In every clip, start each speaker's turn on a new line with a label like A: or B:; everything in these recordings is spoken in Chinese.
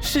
A: 世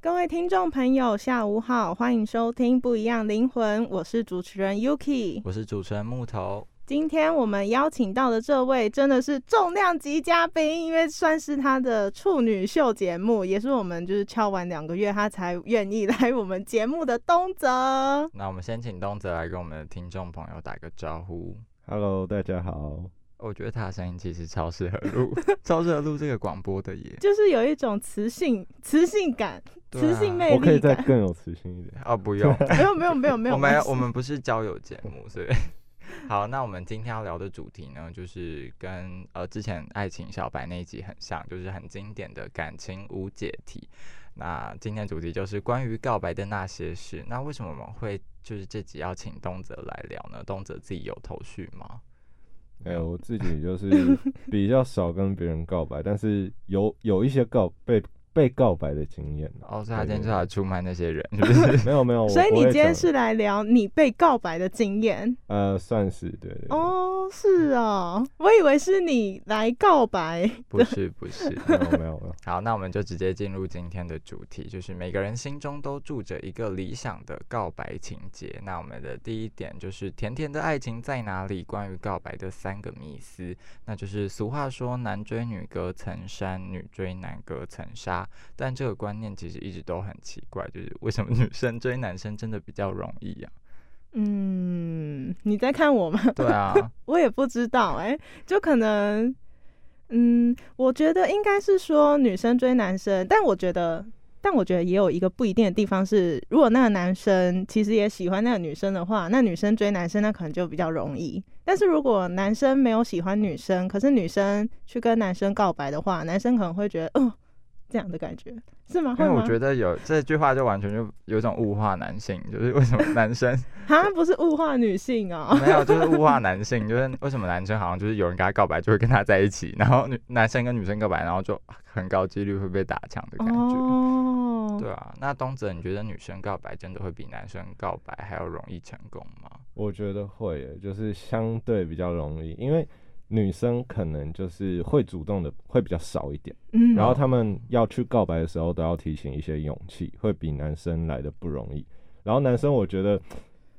B: 各位听众朋友，下午好，欢迎收听《不一样灵魂》，我是主持人 Yuki。
C: 我是主持人木头，
B: 今天我们邀请到的这位真的是重量级嘉宾，因为算是他的处女秀节目，也是我们就是敲完两个月他才愿意来我们节目的东泽。
C: 那我们先请东泽来跟我们的听众朋友打个招呼。
D: Hello，大家好。
C: 我觉得他的声音其实超适合录，超适合录这个广播的耶。
B: 就是有一种磁性、磁性感、
C: 对
B: 磁
C: 啊
B: 性魅
D: 我可以
B: 力
D: 再
B: 感。
D: 更有磁性一点。
C: 哦，不用，
B: 没有没有没有没有，
C: 我们
B: 关
C: 要
B: 系
C: 我们不是交友节目，所以 好，那我们今天要聊的主题呢，就是跟呃之前爱情小白那一集很像，就是很经典的感情无解题。那今天主题就是关于告白的那些事。那为什么我们会就是这集要请东泽来聊呢？东泽自己有头绪吗？
D: 哎、我自己就是比较少跟别人告白，但是有有一些告被被告白的经验 啊。
C: 哦，所以他今天
D: 对对
C: 就
D: 对
C: 来出卖那些人，是不是？
D: 没有没有， 我
B: 所以
D: 不
B: 你
D: 会
B: 今天
D: 讲
B: 是来聊你被告白的经验
D: 呃，算是对对对
B: 哦，是哦，我以为是你来告白，
C: 不是，不是。
D: 没有没有没有，
C: 好，那我们就直接进入今天的主题，就是每个人心中都住着一个理想的告白情节。那我们的第一点就是甜甜的爱情在哪里？关于告白的三个迷思，那就是俗话说男追女隔层山，女追男隔层纱。但这个观念其实一直都很奇怪，就是为什么女生追男生真的比较容易啊呀、
B: 嗯，你在看我吗？
C: 对啊，
B: 我也不知道、哎，就可能，嗯，我觉得应该是说女生追男生，但我觉得。但我觉得也有一个不一定的地方是，如果那个男生其实也喜欢那个女生的话，那女生追男生那可能就比较容易。但是如果男生没有喜欢女生，可是女生去跟男生告白的话，男生可能会觉得，哦、这样的感觉是吗？
C: 因
B: 会
C: 为
B: 吗？
C: 我觉得有这句话就完全就有种物化男性，就是为 什么男生
B: 哈，不是物化女性哦、
C: 没有，就是物化男性，就是为什么男生好像就是有人跟他告白就会跟他在一起，然后女男生跟女生告白，然后就很高几率会被打枪的感觉。
B: 哦，
C: 对啊，那东泽，你觉得女生告白真的会比男生告白还要容易成功吗？
D: 我觉得会耶，就是相对比较容易，因为女生可能就是会主动的会比较少一点，
B: 嗯，
D: 然后他们要去告白的时候，都要提醒一些勇气，会比男生来的不容易。然后男生我觉得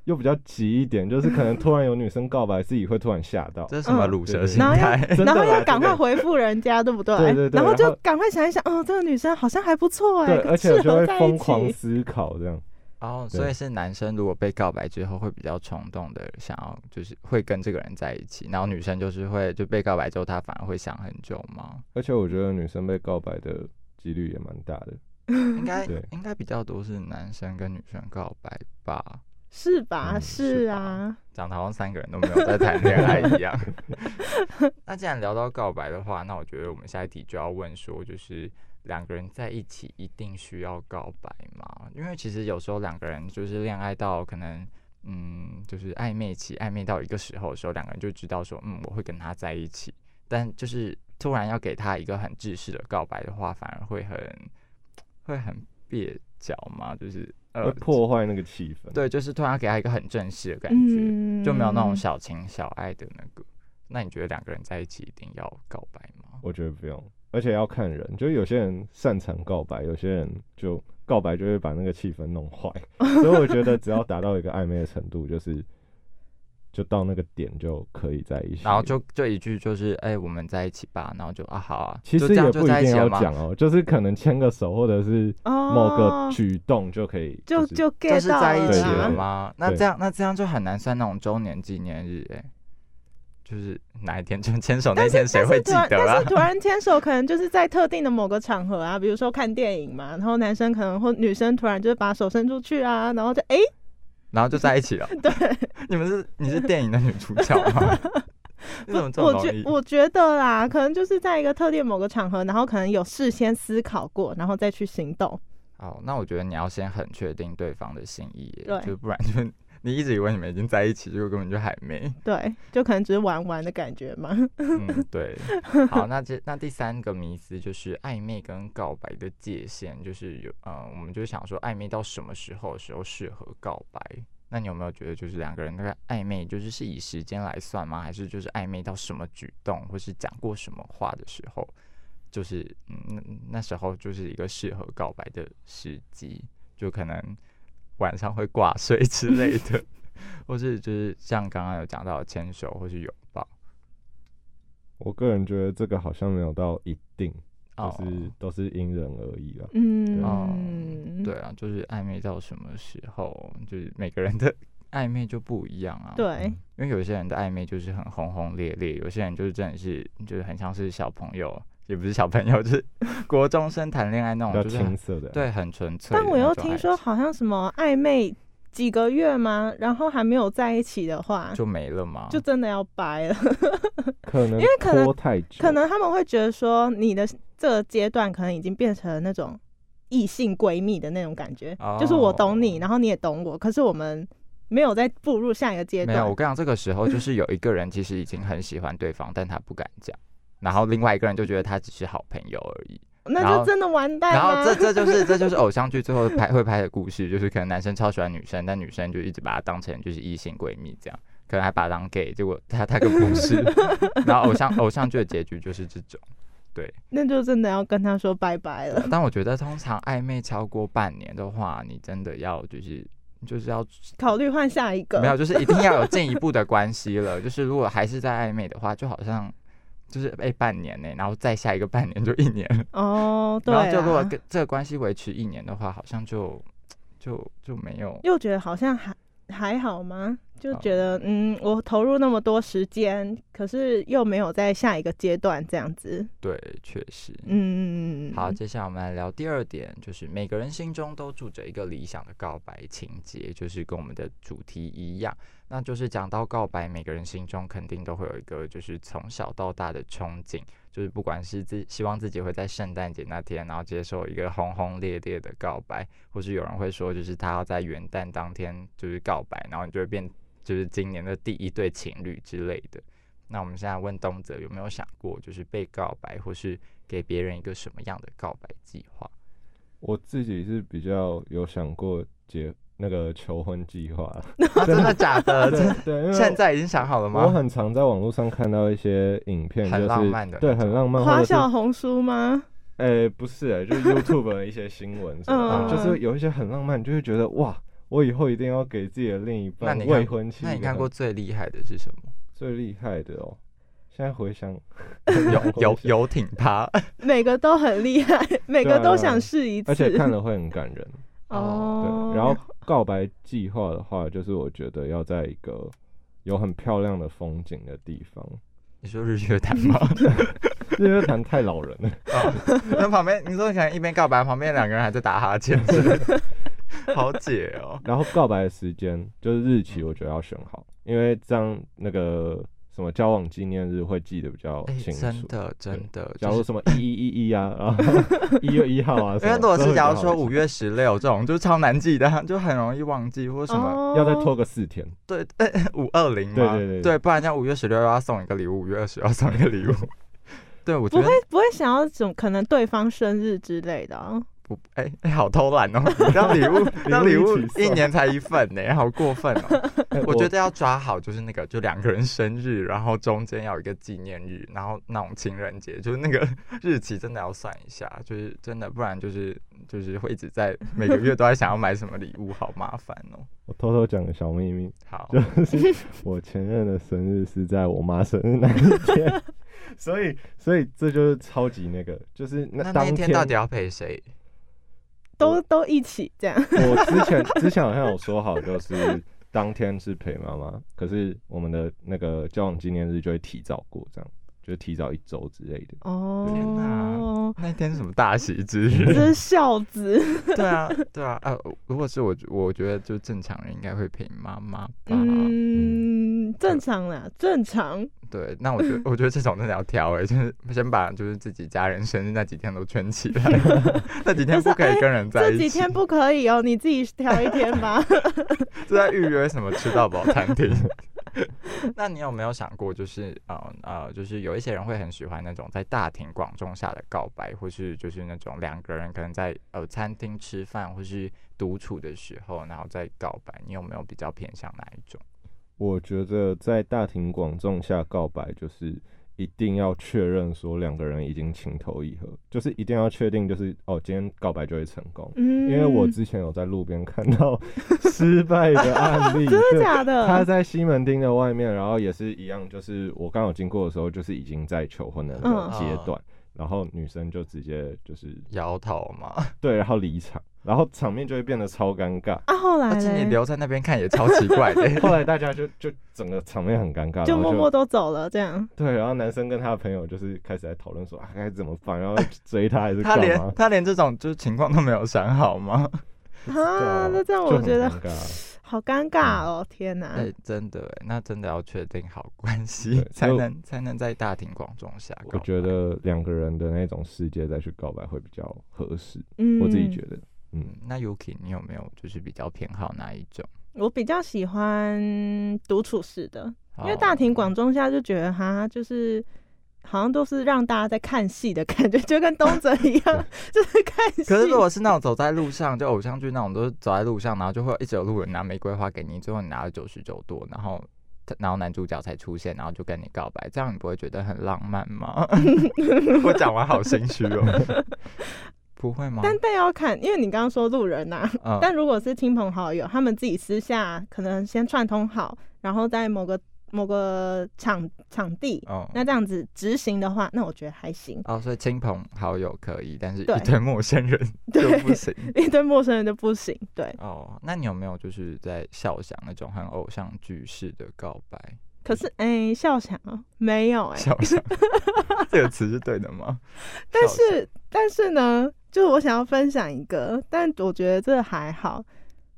D: 又比较急一点，就是可能突然有女生告白，自己会突然吓到。
C: 这是什么
B: 嗯
C: 卤蛇
D: 对对
C: 心
B: 然后要
C: 态？
D: 真的
B: 然后
D: 啦
B: 要赶
D: 真
B: 快
D: 的
B: 回复人家，对不对？
D: 对对对
B: 然后
D: 然
B: 就
D: 后
B: 赶快想一想，哦，这个女生好像还不错哎
D: 对，，而且
B: 适
D: 我就
B: 合
D: 会
B: 在一
D: 疯狂
B: 起。
D: 思考这样。
C: 哦，
D: 对
C: 所以是男生如果被告白之后会比较冲动的想要，就是会跟这个人在一起，然后女生就是会就被告白之后，她反而会想很久吗？
D: 而且我觉得女生被告白的几率也蛮大的。
C: 应该
D: 对
C: 应该比较多是男生跟女生告白吧。
B: 是吧？
D: 嗯
B: 是啊，
C: 讲的好像三个人都没有在谈恋爱一样。 那既然聊到告白的话，那我觉得我们下一题就要问说，就是两个人在一起一定需要告白吗？因为其实有时候两个人就是恋爱到可能。嗯，就是暧昧期，暧昧到一个时候的时候，两个人就知道说，嗯，我会跟他在一起。但就是突然要给他一个很正式的告白的话，反而会很会很蹩脚嘛，就是
D: 会
C: 呃，
D: 破坏那个气氛。，
C: 对，就是突然给他一个很正式的感觉，
B: 嗯，
C: 就没有那种小情小爱的那个。那你觉得两个人在一起一定要告白吗？
D: 我觉得不用，而且要看人，就是有些人擅长告白，有些人就告白就会把那个气氛弄坏。 所以我觉得只要达到一个暧昧的程度，就是就到那个点就可以在一起。
C: 然后就就一句就是，哎、我们在一起吧。然后就啊，好啊，
D: 其
C: 就这
D: 实
C: 样
D: 也
C: 就
D: 不一
C: 在一
D: 定
C: 起
D: 要
C: 了嘛。
D: 讲哦，就是可能牵个手或者是某个
B: 哦
D: 举动就可以，
B: 就是就
C: 就
B: get
C: 是
B: 到
C: 在一
B: 了
C: 起
D: 对
C: 了
B: 啦
D: 对
C: 吗？那
D: 对
C: 这样那这样就很难算那种周年纪念日哎、就是哪一天就牵手那
B: 但
C: 一
B: 是
C: 天谁会记得
B: 但
C: 啊
B: 是？突 然牵手，可能就是在特定的某个场合啊，比如说看电影嘛，然后男生可能或女生突然就是把手伸出去啊，然后就哎、
C: 然后就在一起了。
B: 对，
C: 你们是你是电影的女主角 吗？你怎么这
B: 我
C: 么容
B: 觉
C: 易？
B: 我觉得啦，可能就是在一个特定某个场合，然后可能有事先思考过，然后再去行动。
C: 好，哦那我觉得你要先很确定对方的心意耶，
B: 对
C: 就不然就 你一直以为你们已经在一起，结果根本就还没。
B: 对，就可能只是玩玩的感觉嘛。
C: 嗯， 对。好，那这那第三个迷思就是暧昧跟告白的界限，就是有呃，我们就想说暧昧到什么时候的时候适合告白？那你有没有觉得就是两个人那个暧昧，就是是以时间来算吗？还是就是暧昧到什么举动或是讲过什么话的时候，就是嗯那那时候就是一个适合告白的时机，就可能晚上会挂 睡之类的，或是就是像刚刚有讲到的牵手或是拥抱。
D: 我个人觉得这个好像没有到一定，就
C: 哦
D: 是都是因人而异啦。
B: 嗯，
C: 哦，对啊，就是暧昧到什么时候，就是每个人的 暧昧就不一样啊。，
B: 对，
C: 因为有些人的暧昧就是很轰轰烈烈，有些人就是真的是就是很像是小朋友，也不是小朋友，就是 国中生谈恋爱那
D: 比
C: 种，嗯哦
D: 较
C: 就是
D: 青
C: 很
D: 涩的，，
C: 对很纯粹的
B: 但
C: 那种
B: 我
C: 爱情。
B: 又听说好像什么暧昧几个月吗？然后还没有在一起的话，
C: 就啊没了嘛，
B: 就真的要掰了。
D: 可
B: 因
D: 能
B: 为可能
D: 拖太久，
B: 可能他们会觉得说，你的这个阶段可能已经变成那种异性闺蜜的那种感觉，就是我懂你，
C: 哦
B: 然后你也懂我，可是我们没有再步入下一个阶
C: 没有。
B: 段
C: 我。跟你讲，这个时候就是有一个人其实已经很喜欢对方，但他不敢讲，然后另外一个人就觉得他只是好朋友而已。然
B: 那
C: 后
B: 就真的完蛋
C: 然后这
B: 啦。
C: 这就是这就是偶像剧最后拍会拍的故事，就是可能男生超喜欢女生，但女生就一直把她当成就是异性闺蜜这样，可能还把她当 gay，结果她她个不是。然后偶像偶像剧的结局就是这种，
B: 那就真的要跟他说拜拜了。
C: 但我觉得通常暧昧超过半年的话，你真的要就是就是要
B: 考虑换下一个。
C: 没有，就是一定要有进一步的关系了。就是如果还是在暧昧的话，就好像。就是哎、半年呢、然后再下一个半年就一年了，
B: 哦，对
C: 然后就如果
B: 啊，
C: 跟这个关系维持一年的话，好像就就就没有
B: 又觉得好像还还好吗？就觉得嗯，我投入那么多时间，可是又没有在下一个阶段这样子。
C: 对，确实。
B: 嗯，
C: 好，接下来我们来聊第二点，就是每个人心中都住着一个理想的告白情节，就是跟我们的主题一样。那就是讲到告白，每个人心中肯定都会有一个，就是从小到大的憧憬，就是不管是自希望自己会在圣诞节那天，然后接受一个轰轰烈烈的告白，或是有人会说，就是他要在元旦当天就是告白，然后你就会变就是今年的第一对情侣之类的。那我们现在问东泽有没有想过，就是被告白，或是给别人一个什么样的告白计 划？
D: 我自己是比较有想过结那个求婚计划啦，
C: 啊，真的假的？
D: 对
C: 真
D: 对，因为
C: 现在已经想好了
D: 我
C: 吗？
D: 很常在网络上看到一些影片，
C: 很
D: 就是
C: 浪漫的
D: 对，
C: 那种
D: 很浪漫，或
B: 花
D: 者是
B: 小红书吗？
D: 哎、不是、哎，就是 YouTube 的一些新闻什么的，
C: 嗯
D: 就是有一些很浪漫，你就会觉得哇，我以后一定要给自己的另一
C: 那
D: 半
C: 你看
D: 未婚妻一个
C: 那
D: 很。
C: 你看过最厉害的是什么？
D: 最厉害的哦？现在 回想，
C: 游游游艇趴，
B: 每个都很厉害，每
D: 啊
B: 个都想试一次。
D: 而且看了会很感人。
B: 哦
D: 对，，然后告白计划的话，就是我觉得要在一个有很漂亮的风景的地方，
C: 你说日月潭吗？
D: 日月潭太老人了。
C: 哦那旁边你说可能一边告白，旁边两个人还在打哈欠之类的， 好解哦。
D: 然后告白的时间就是日期，
C: 嗯
D: 我觉得要选好，因为这样那个什么交往纪念日会记得比较
C: 哎、
D: 清楚。
C: 真的真的，
D: 假
C: 就
D: 如
C: 是
D: 什么一一一一啊，然后一 月一号啊，什
C: 因为
D: 么
C: 如果
D: 都会
C: 是
D: 比较
C: 假
D: 好
C: 如说
D: 记
C: 五月十六这种，就是超难记的，就很容易忘记或什么。
B: 哦
D: 要再拖个四天，
C: 对，五二零
D: 对
C: 吗？
D: 对对对
C: 不然像五月十六要送一个礼物，五月二十要送一 个礼物。对，我觉
B: 不
C: 得
B: 会不会想要怎么可能对方生日之类的、哦，
C: 不不，哎、哎好偷懒 哦，让礼物让礼物
D: 礼物一起送
C: 一年才一份呢、好过分 哦！
D: 哎
C: 我觉得要抓好，就是那个就两个人生日，然后中间要有一个纪念日，然后那种情人节，就是那个日期真的要算一下，就是真的，不然就是就是会一直在每个月都在想要买什么礼物，好麻烦哦。
D: 我偷偷讲个小秘密，
C: 好，
D: 就是我前任的生日是在我妈生日那一 天，所以所以这就是超级那个，就是那
C: 那那
D: 当
C: 一天到底要陪谁？
B: 都都一起这样。
D: 我之前之前好像有说好，就是当天是陪妈妈，可是我们的那个交往纪念日就会提早过，这样就是提早一周之类的。
C: 天
B: 哦
C: 哪，那一天是什么大喜之日？
B: 这是孝 子，
C: 对啊，对啊，啊，如果是我，我觉得就正常人应该会陪妈妈吧。
B: 啊嗯，正常啦，正常。
C: 对，那我觉得我觉得这种真的要挑哎、就是先把就是自己家人生日那几天都圈起 来，那几天不可以跟人在
B: 哎这
C: 一
B: 几
C: 起，
B: 天不可以哦，你自己挑一天 吧。
C: 就在预约什么吃到饱餐厅。 那你有没有想过，就是呃呃，就是有一些人会很喜欢那种在大庭广众下的告白，或是就是那种两个人可能在呃餐厅吃饭或是独处的时候，然后再告白。你有没有比较偏向哪一种？
D: 我觉得在大庭广众下告白，就是一定要确认说两个人已经情投意合，就是一定要确定，就是哦，今天告白就会成功。
B: 嗯，
D: 因为我之前有在路边看到 失败的案例，
B: 真的
D: 对
B: 假的？
D: 他在西门町的外面，然后也是一样，就是我刚好经过的时候，就是已经在求婚的那个
B: 嗯
D: 阶
C: 哦
D: 段，然后女生就直接就是
C: 摇头 嘛？
D: 对，然后离场，然后场面就会变得超尴尬。
B: 啊，后来
C: 而且你
B: 嘞，
C: 留在那边看也超奇怪 的、
D: 后来大家就就整个场面很尴尬，
B: 就
D: 然后
B: 默默都走了，这样。
D: 对，然后男生跟他的朋友就是开始在讨论说啊该怎么办， 然后追他还是
C: 他
D: 干
C: 连
D: 嘛？
C: 他连这种就是情况都没有想好吗？
B: 啊，那这样
D: 就
B: 我
D: 很
B: 觉得
D: 尴尬，嗯
B: 好尴尬哦，天哪！
C: 哎、真的哎，那真的要确定好关系
D: 对，
C: 才
D: 就
C: 能才能在大庭广众下告白。
D: 我觉得两个人的那种世界再去告白会比较合适，
B: 嗯
D: 我自己觉得。
C: 嗯，那 Yuki，你有没有就是比较偏好哪一种？
B: 我比较喜欢独处式的，因为
C: 哦
B: 大庭广众下就觉得哈，就是好像都是让大家在看戏的感觉，就跟东泽一样， 就是看戏。
C: 可是如果是那种走在路上，就偶像剧那种，都是走在路上，然后就会有一直有路人拿玫瑰花给你，最后你拿了九十九朵，然后他然后男主角才出现，然后就跟你告白，这样你不会觉得很浪漫吗？ 我讲完好心虚哦，不会吗？
B: 但但要看，因为你刚刚说路人呐、
C: 嗯
B: 但如果是亲朋好友，他们自己私下可能先串通好，然后在某个某个场场地，
C: 哦
B: 那这样子执行的话，那我觉得还行。
C: 哦，所以亲朋好友可以，但是
B: 对
C: 一堆陌生人 就
B: 对
C: 不行。
B: 一对陌生人就不行，对。
C: 哦，那你有没有就是在笑想那种很偶像剧式的告白？
B: 可是哎、笑想哦没有哎、
C: 笑想 这个词是对的吗？
B: 但
C: 笑想
B: 是但是呢，就是我想要分享一个，但我觉得这还好，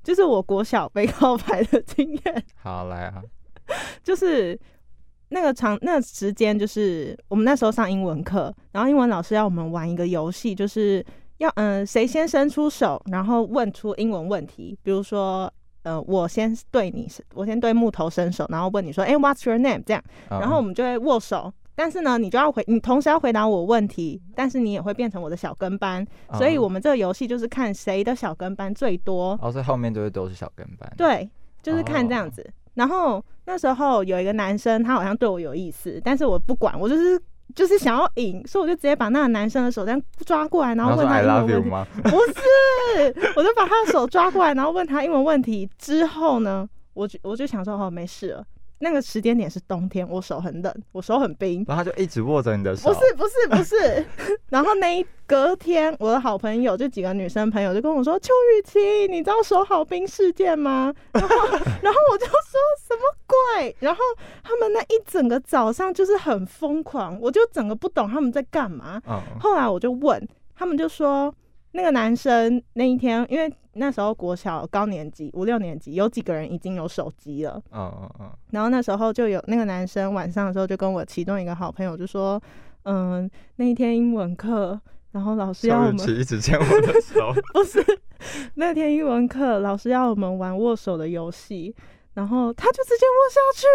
B: 就是我国小被告白的经验，
C: 好来啊，
B: 就是那个长那个时间，就是我们那时候上英文课，然后英文老师要我们玩一个游戏，就是要嗯谁、先伸出手，然后问出英文问题，比如说。呃，我先对你，我先对木头伸手，然后问你说，哎、w h a t s your name？这样，然后我
C: 嗯
B: 们就会握手。但是呢，你就要回，你同时要回答我问题，但是你也会变成我的小跟班，所以
C: 嗯
B: 我们这个游戏就是看谁的小跟班最多。
C: 哦，所以后面就会都是小跟班。，
B: 对，就是看这样
C: 哦
B: 子。然后那时候有一个男生，他好像对我有意思，但是我不管，我就是就是想要赢，所以我就直接把那个男生的手这样抓过来，然
C: 然
B: 后
C: 后
B: 问
C: 说
B: 他
C: I
B: 英文
C: love
B: 问
C: you
B: 题。
C: 吗？
B: 不是，我就把他的手抓过来，然后问他英文问题。之后呢，我就我就想说，哦，没事了。那个时间点是冬天，我手很冷，我手很冰。
C: 然后他就一直握着你的手。
B: 不是不是不是， 然后那一隔天，我的好朋友就几个女生朋友就跟我说：“邱雨琪，你知道手好冰事件吗？” 然后然后我就说什么鬼？然后他们那一整个早上就是很疯狂，我就整个不懂他们在干嘛。
C: 嗯，
B: 后来我就问他们，就说那个男生那一天，因为那时候国小高年级五六年级有几个人已经有手机了，
C: 嗯嗯嗯，
B: 然后那时候就有那个男生晚上的时候就跟我其中一个好朋友就说，嗯，那一天英文课，然后老师要
C: 小
B: 我
C: 雨
B: 们
C: 琪一直牵我的手，
B: 不是那天英文课老师要我们玩握手的游戏，然后他就直接握下去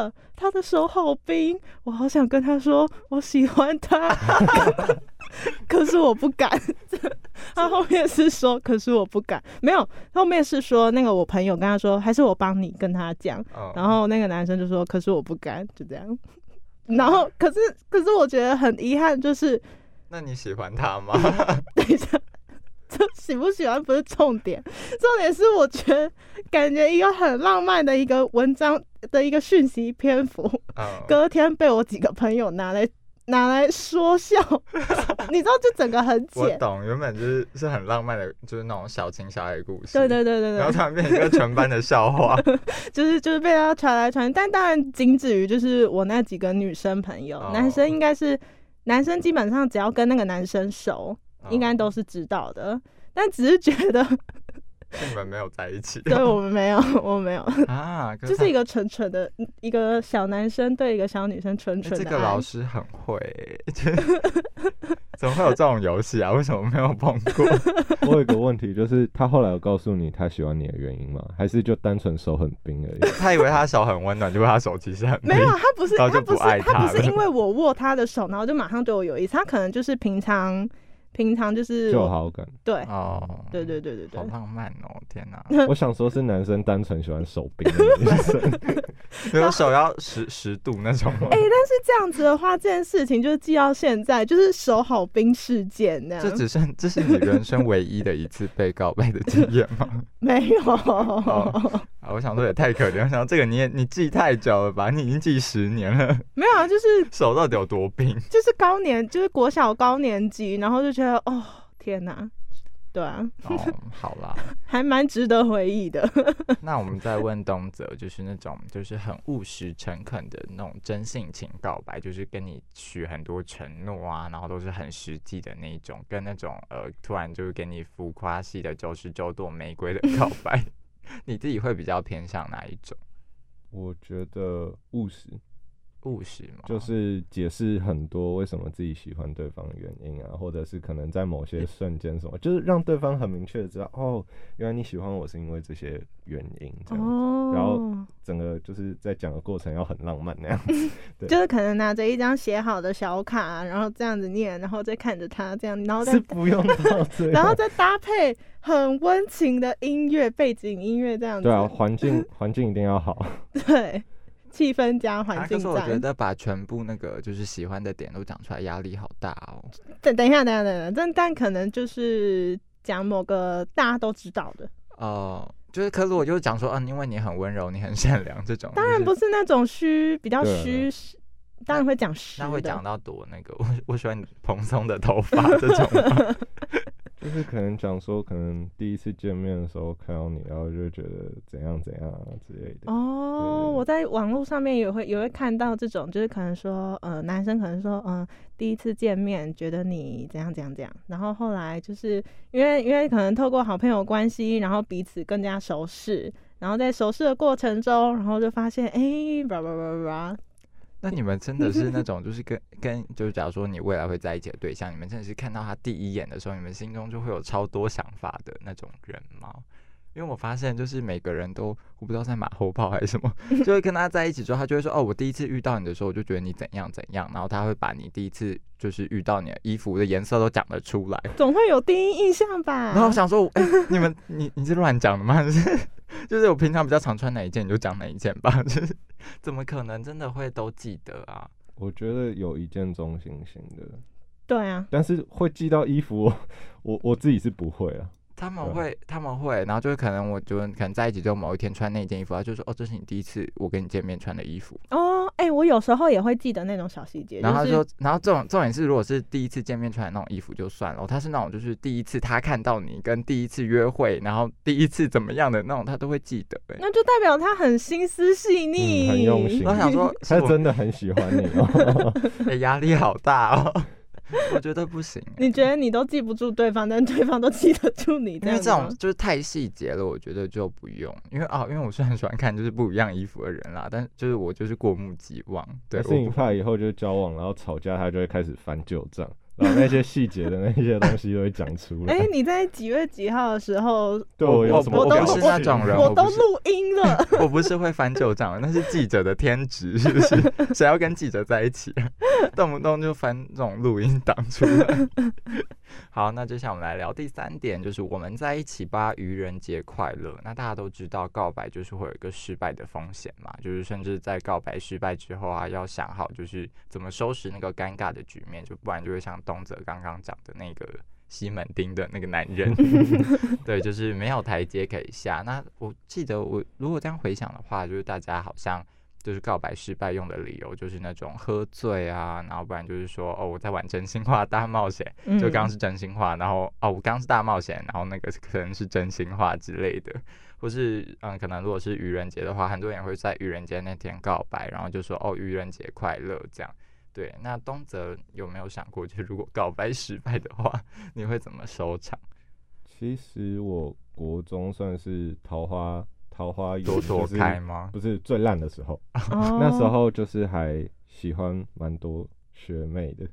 B: 了，他的手好冰，我好想跟他说我喜欢他。 可是我不敢。 他后面是说，可是我不敢。没有，后面是说那个我朋友跟他说，还是我帮你跟他讲。
C: 嗯
B: 然后那个男生就说，可是我不敢，就这样。 然后，可是可是我觉得很遗憾，就是
C: 那你喜欢 他吗？
B: 等一下，这喜不喜欢不是重点，重点是我觉得感觉一个很浪漫的一个文章的一个讯息篇幅，
C: 嗯，
B: 隔天被我几个朋友拿来拿来说笑， 你知道，就整个很
C: 我
B: 解。
C: 懂，原本就是是很浪漫的，就是那种小情小爱的故事。
B: 对对对对
C: 然后突
B: 对，
C: 然变成一个全班的 笑话，嗯
B: 就是就是被他传来传去，但当然仅止于就是我那几个女生朋友，
C: 哦
B: 男生应该是男生基本上只要跟那个男生熟，应该都
C: 是
B: 是知道的，但只是觉得
C: 你们没有在一起
B: 对我们没有，我们没 有，
C: 啊，可
B: 就是一
C: 个。
B: 个纯纯的一个小男生对一个小女生纯
C: 欸
B: 纯
C: 这
B: 的
C: 个
B: 爱
C: 老。师很会欸，就是怎么会有这种游戏啊？为什么没有碰过？
D: 我有一个问题，就是他后来有告诉你他喜欢你的原因吗？ 还是就单纯手很冰而已？
C: 他以为他手很温暖，结果他手其实很
B: 没有，啊
C: 冰
B: 他不是，
C: 然
B: 他
C: 后就
B: 不
C: 不
B: 是，
C: 爱
B: 他
C: 他
B: 不是
C: 了
B: 因为我握他的手，然后就马上对我有意思。他可能就是平常，平常就是
D: 就有
B: 我
D: 好 感。
B: 对，
C: 哦，
B: 对对对对
C: 好
B: 对，
C: 浪漫哦！天 哪，
D: 我想说，是男生单纯喜欢手冰的 女生，
C: 没有手要十十度那 种吗？
B: 是这样子的话，这件事情就是记到现在，就是手好冰事件那
C: 这
B: 样，
C: 只剩这是你人生唯一的一次被告白的经验吗？
B: 没有。
C: 哦啊，我想说也太可怜，我想这个你也你记太久了吧？你已经记十年了，
B: 没有啊，就是
C: 手到底有多冰？
B: 就是高年，就是国小高年级，然后就觉得哦，天哪，对啊，
C: 哦，好啦，
B: 还蛮值得回忆的。
C: 那我们再问东泽，就是那种就是很务实、诚恳的那种真性情告白，就是跟你许很多承诺啊，然后都是很实际的那一种，跟那种呃突然就是给你浮夸系的九十九朵玫瑰的告白， 你自己会比较偏向哪一种？
D: 我觉得务实
C: 务实吗？
D: 就是解释很多为什么自己喜欢对方的原因啊，或者是可能在某些瞬间什么，就是让对方很明确的知道，哦，原来你喜欢我是因为这些原因，这样子
B: 哦
D: 然后整个就是在讲的过程要很浪漫那样子。对
B: 就是可能拿着一张写好的小卡，然后这样子念，然后再看着他这样，然后再
D: 是不用到这样，
B: 哦 然后再搭配很温情的音乐背景音乐这样子，
D: 对啊，环境环境一定要好，啊
B: 对气氛加
C: 啊，
B: 环
C: 可
B: 境
C: 是我觉
B: 战。
C: 得把全部那个就是喜欢的点都讲出来，压力好大哦。
B: 等等一下，等一下，等一下，但但可能就是讲某个大家都知道的，
C: 呃，就是可是我就讲说，嗯、因为你很温柔，你很善良这种，
B: 当然
C: 就是
B: 不是那种虚比较
D: 对啊
B: 虚，当然会讲虚
C: 那会讲
B: 的。
C: 到多那个，我我喜欢你蓬松的头发这种吗？
D: 就是可能讲说，可能第一次见面的时候看到你，然后就会觉得怎样怎样啊之类的。
B: 哦，
D: 对
B: 我在网络上面也会也会看到这种，就是可能说，呃，男生可能说，嗯、第一次见面觉得你怎样怎样怎样，然后后来就是因为因为可能透过好朋友关系，然后彼此更加熟识，然后在熟识的过程中，然后就发现，哎、叭叭叭叭，
C: 那你们真的是那种，就是跟跟，就是假如说你未来会在一起的对象，你们真的是看到他第一眼的时候，你们心中就会有超多想法的那种人吗？因为我发现，就是每个人都我不知道在马后炮还是什么，就会跟他在一起之后，他就会说：“哦，我第一次遇到你的时候，我就觉得你怎样怎样。”然后他会把你第一次就是遇到你的衣服的颜色都讲得出来，
B: 总会有第一印象吧？
C: 然后我想说，哎、你们你你是乱讲的吗？ 就是就是我平常比较常穿哪一件，你就讲哪一件吧。 就是怎么可能真的会都记得啊？
D: 我觉得有一见钟情型的，
B: 对啊，
D: 但是会寄到衣服，我我我自己是不会啊。
C: 他
D: 对
C: 们
D: 啊
C: 会，他们会，然后就是可能我觉得可能在一起之后某一天穿那件衣服，他就说哦，这是你第一次我跟你见面穿的衣服。
B: 哦，哎、我有时候也会记得那种小细节，
C: 然后他
B: 就是
C: 说，然后这种重点是，如果是第一次见面穿的那种衣服就算了，他是那种就是第一次他看到你跟第一次约会，然后第一次怎么样的那种，他都会记得、欸。
B: 那就代表他很心思细腻、
D: 嗯很用心
C: 然后想说，是
D: 他
C: 我
D: 真的很喜欢你哦，
C: 欸压力好大哦， 我觉得不行欸、
B: 你觉得你都记不住对方，但对方都记得住你，
C: 因为
B: 这
C: 这
B: 样
C: 种
B: 子吗
C: 就是太细节了，我觉得就不用。因为哦，因为我是很喜欢看就是不一样衣服的人啦，但就是 我就是过目即忘。对，
D: 可
C: 我
D: 是你
C: 不
D: 怕以后就交往，然后吵架，他就会开始翻旧账，然后那些细节的那些东西都会讲出来
B: 哎、。你在几月几号的时候，
D: 对我有什么
B: 我都
D: 表
B: 我
D: 示
C: 那种人
B: 我
C: 我
B: 都
C: 不是
B: 录音了。
C: 我不是会翻旧账的，那是记者的天职， 是不是？谁要跟记者在一起 啊，动不动就翻这种录音档出来。 好，那接下来我们来聊第三点，就是我们在一起吧，愚人节快乐。那大家都知道，告白就是会有一个失败的风险嘛，就是甚至在告白失败之后啊，要想好就是怎么收拾那个尴尬的局面，就不然就会像东泽刚刚讲的那个西门町的那个男人，对，就是没有台阶可以下。那我记得我如果这样回想的话，就是大家好像就是告白失败用的理由就是那种喝醉啊，然后不然就是说哦我在玩真心话大冒险，
B: 嗯
C: 就刚刚是真心话，然后哦我刚刚是大冒险，然后那个可能是真心话之类的，或是嗯可能如果是愚人节的话，很多人也会在愚人节那天告白，然后就说哦愚人节快乐这样。对，那东泽有没有想过，就是如果告白失败的话，你会怎么收场？
D: 其实我国中算是桃花桃花运
C: 多多
D: 就是
C: 开吗？
D: 不是最烂的时候，
B: 哦
D: 那时候就是还喜欢蛮多学妹的，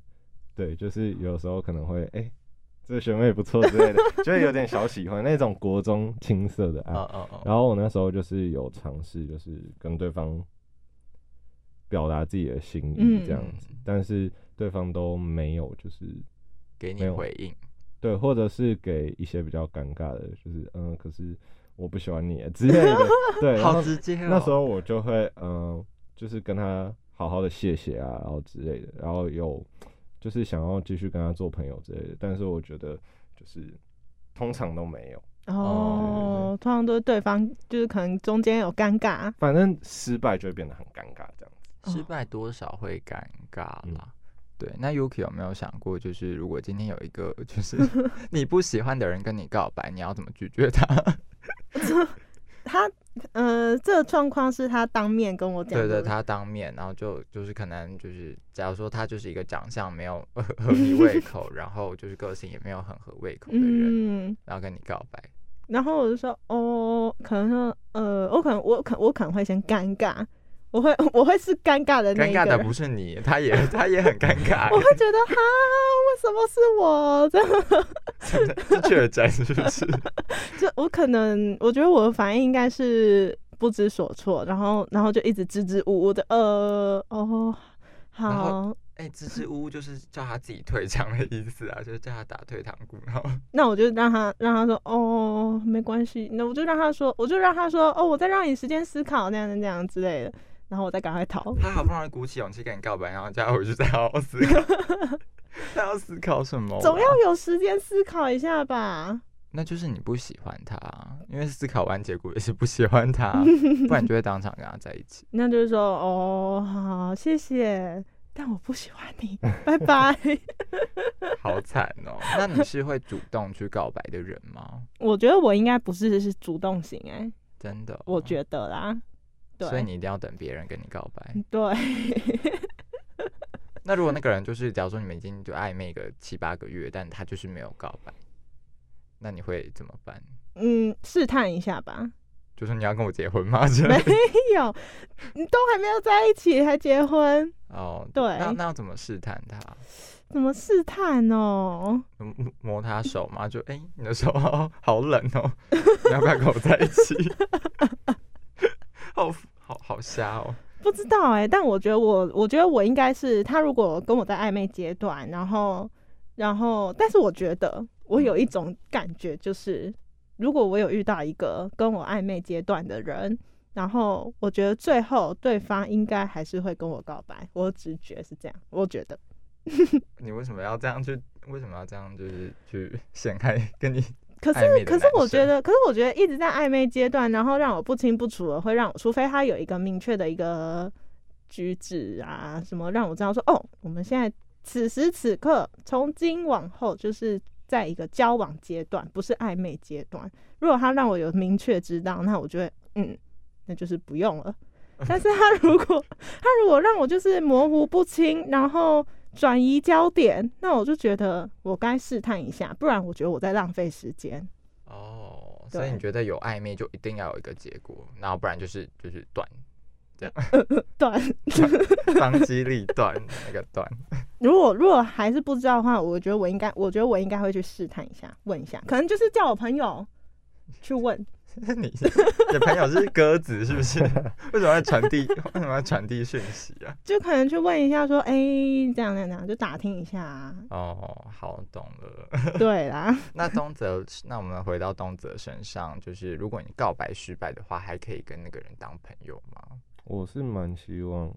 D: 对，就是有时候可能会哎、诶这学妹不错之类 的，就是有点小喜欢那种国中青涩的爱。
C: 嗯嗯嗯，
D: 然后我那时候就是有尝试，就是跟对方表达自己的心意这样子，
C: 嗯
D: 但是对方都没有，就是
C: 给你
D: 没有
C: 回应。
D: 对，或者是给一些比较尴尬的，就是嗯，可是我不喜欢你啊之 类的，对，然
C: 好
D: 后
C: 直接哦！
D: 那时候我就会嗯、呃就是跟他好好的谢谢啊，然后之类的，然后有就是想要继续跟他做朋友之类的，但是我觉得就是通常都没有，
B: 哦，通常都是对方就是可能中间有尴尬，
D: 反正失败就会变得很尴尬这样子。
C: 失败多少会尴尬啦。
D: 嗯
C: 对，那 Yuki 有没有想过，就是如果今天有一个就是 你不喜欢的人跟你告白，你要怎么拒 绝他？
B: 他呃，这个状况是他当面跟我讲
C: 对
B: 的，
C: 对，他当面，然后就就是可能就是，假如说他就是一个长相没有 合你胃口，然后就是个性也没有很合胃口的人，
B: 嗯，
C: 然后跟你告白，
B: 然后我就说哦，可能说呃，我可能我可我可能会先尴尬，我会我会是尴尬的那
C: 尴
B: 一
C: 尬的
B: 个人
C: 不是你，他也他也很尴尬
B: 我，会觉得哈，为什么是我？ 这样
C: 是确诊是不是？
B: 就我可能我觉得我的反应应该是不知所措，然后然后就一直支支吾吾的，呃，哦，
C: 然后
B: 好，
C: 哎、支支吾吾就是叫他自己退场的意思啊，就是叫他打退堂鼓， 然后
B: 那我就让他让他说哦，没关系，那我就让他说，我就让他说哦，我再让你时间思考，那样那样之类的，然后我再赶快逃。
C: 他好不容易鼓起勇气跟你告白，然后叫他回去再好好思 考，他要思考什么？啊
B: 总要，有时间思考一下吧。
C: 那就是你不喜欢他，啊因为思考完结果也是不喜欢他，啊不然你就会当场跟他在一起。
B: 那就是说哦，好，谢谢，但我不喜欢你，拜拜。
C: 好惨哦！那你是会主动去告白的人吗？
B: 我觉得我应该不是是主动型哎、
C: 真的哦、
B: 我觉得嗯啦，对，
C: 所以你一定要等别人跟你告白。
B: 对，
C: 那如果那个人就是，假如说你们已经就暧昧个七八个月，但他就是没有告白，那你会怎么办？
B: 嗯，试探一下吧。
C: 就说你要跟我结婚 吗？之
B: 没
C: 类的
B: 有，你都还没有在一起，还结婚，
C: 哦，
B: 对
C: 那那要怎么试探他？
B: 怎么试探哦？
C: 摸摸他手嘛，就哎、你的手好好冷哦， 你要不要跟我在一起？ 好好好瞎哦，
B: 不知道哎、但我觉得我，我觉得我应该是他，如果跟我在暧昧阶段，然后，然后，但是我觉得我有一种感觉，就是如果我有遇到一个跟我暧昧阶段的人，然后我觉得最后对方应该还是会跟我告白，我的直觉是这样，我觉得
C: 你为什么要这样去？为什么要这样？就是去陷害跟你
B: 可
C: 暧昧
B: 是，
C: 的
B: 可是
C: 男
B: 我觉
C: 生
B: 得，可是我觉得一直在暧昧阶段，然后让我不清不楚的，会让我，除非他有一个明确的一个举止啊，什么让我知道说，哦，我们现在此时此刻，从今往后就是在一个交往阶段，不是暧昧阶段。如果他让我有明确知道，那我就会，嗯，那就是不用了。但是他如果他如果让我就是模糊不清，然后转移焦点，那我就觉得我该试探一下，不然我觉得我在浪费时间。
C: 哦，所以
B: 对
C: 你觉得有暧昧就一定要有一个结果，然后不然就是就是 断，
B: 对，
C: 当机立断那个断。
B: 如果如果还是不知道的话，我觉得我应该，我觉得我应该会去试探一下，问一下，可能就是叫我朋友去问。
C: 你你朋友是鸽子是不 是？为什么要传递？为什么要传递讯息啊？
B: 就可能去问一下，说，哎、这样这样这样，就打听一下、啊。
C: 哦，好，懂了。
B: 对啦，
C: 那东泽，那我们回到东泽身上，就是如果你告白失败的话，还可以跟那个人当朋友吗？
D: 我是蛮希望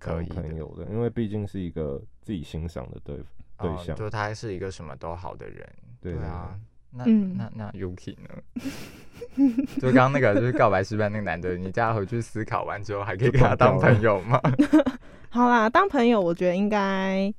C: 可
D: 当
C: 以的
D: 朋友的，因为毕竟是一个自己欣赏的对对
C: 哦
D: 象。
C: 就他是一个什么都好的人。
D: 对
C: 啊，那、
B: 嗯
C: 那那 Yuki 呢？就刚刚那个就是告白失败那个男的，你叫他回去思考完之后，还可以
D: 就
C: 跟他当
D: 断掉了
C: 朋友吗？
B: 好啦，当朋友，我觉得应该，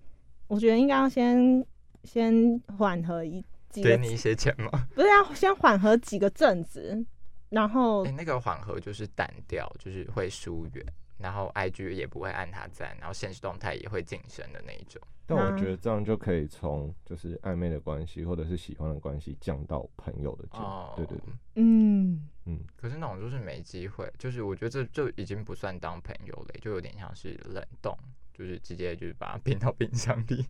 B: 我觉得应该要先先缓和一几个，
C: 给你一些钱吗？
B: 不是要先缓和几个阵子，然后
C: 哎、那个缓和就是淡掉，就是会疏远，然后 IG 也不会按他赞，然后现实动态也会晋升的那一种。
D: 但我觉
B: 啊
D: 得这样就可以从就是暧昧的关系或者是喜欢的关系降到朋友的阶
C: 哦，
D: 对对对，
B: 嗯，
D: 嗯，
C: 可是那种就是没机会，就是我觉得这就已经不算当朋友了，就有点像是冷冻，就是直接就是把它冰到冰箱里，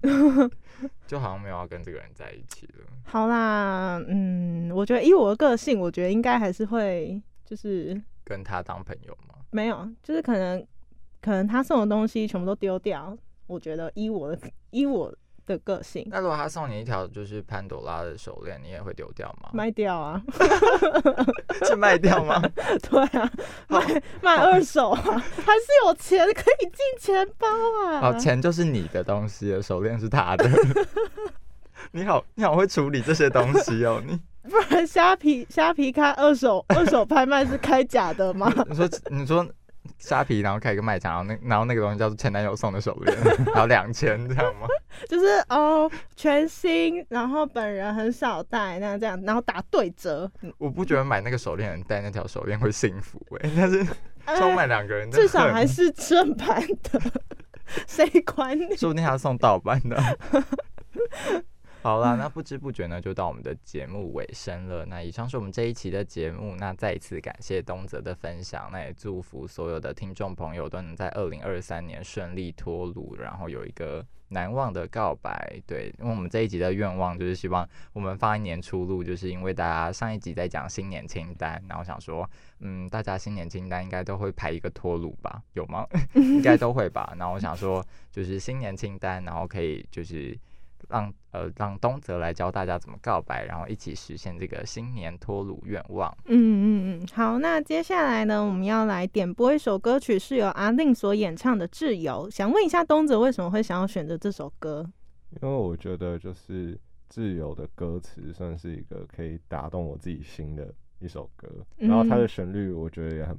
C: 就好像没有要跟这个人在一起了。
B: 好啦，嗯，我觉得以我的个性，我觉得应该还是会就是
C: 跟他当朋友吗？
B: 没有，就是可能可能他送的东西全部都丢掉，我觉得依我的依我的个性
C: 那如果他送你一条就是潘朵拉的手链，你也会丢掉吗？
B: 卖掉啊，
C: 是卖掉吗？
B: 对啊，卖卖二手啊， 还是有钱可以进钱包啊，
C: 哦，钱就是你的东西了，手链是他的。 你好，你好会处理这些东西哦。你
B: 不然虾皮虾皮开二手二手拍卖是开假的吗？
C: 你说你说虾皮，然后开一个卖场，然后那然后那个东西叫做前男友送的手链，然后两千这样吗？
B: 就是哦全新，然后本人很少戴，那这样，然后打对折，
C: 我不觉得买那个手链的人戴那条手链会幸福哎、但是
B: 哎
C: 收买两个人的恨，
B: 至少还是正版的，谁管你？
C: 说不定他送盗版的。 好啦，那不知不觉呢，就到我们的节目尾声了。那以上是我们这一期的节目，那再一次感谢东泽的分享，那也祝福所有的听众朋友都能在二零二三年顺利脱乳，然后有一个难忘的告白。对，因为我们这一集的愿望就是希望我们发一年出路，就是因为大家上一集在讲新年清单，然后想说，嗯，大家新年清单应该都会排一个脱乳吧？有吗？应该都会吧。然后我想说，就是新年清单，然后可以就是让呃让东泽来教大家怎么告白，然后一起实现这个新年脱乳愿望。
B: 嗯嗯嗯，好，那接下来呢，我们要来点播一首歌曲，是由阿令所演唱的《挚友》。想问一下东泽，为什么会想要选择这首歌？
D: 因为我觉得就是自由的歌词算是一个可以打动我自己心的一首歌，然后它的
B: 嗯
D: 旋律我觉得也很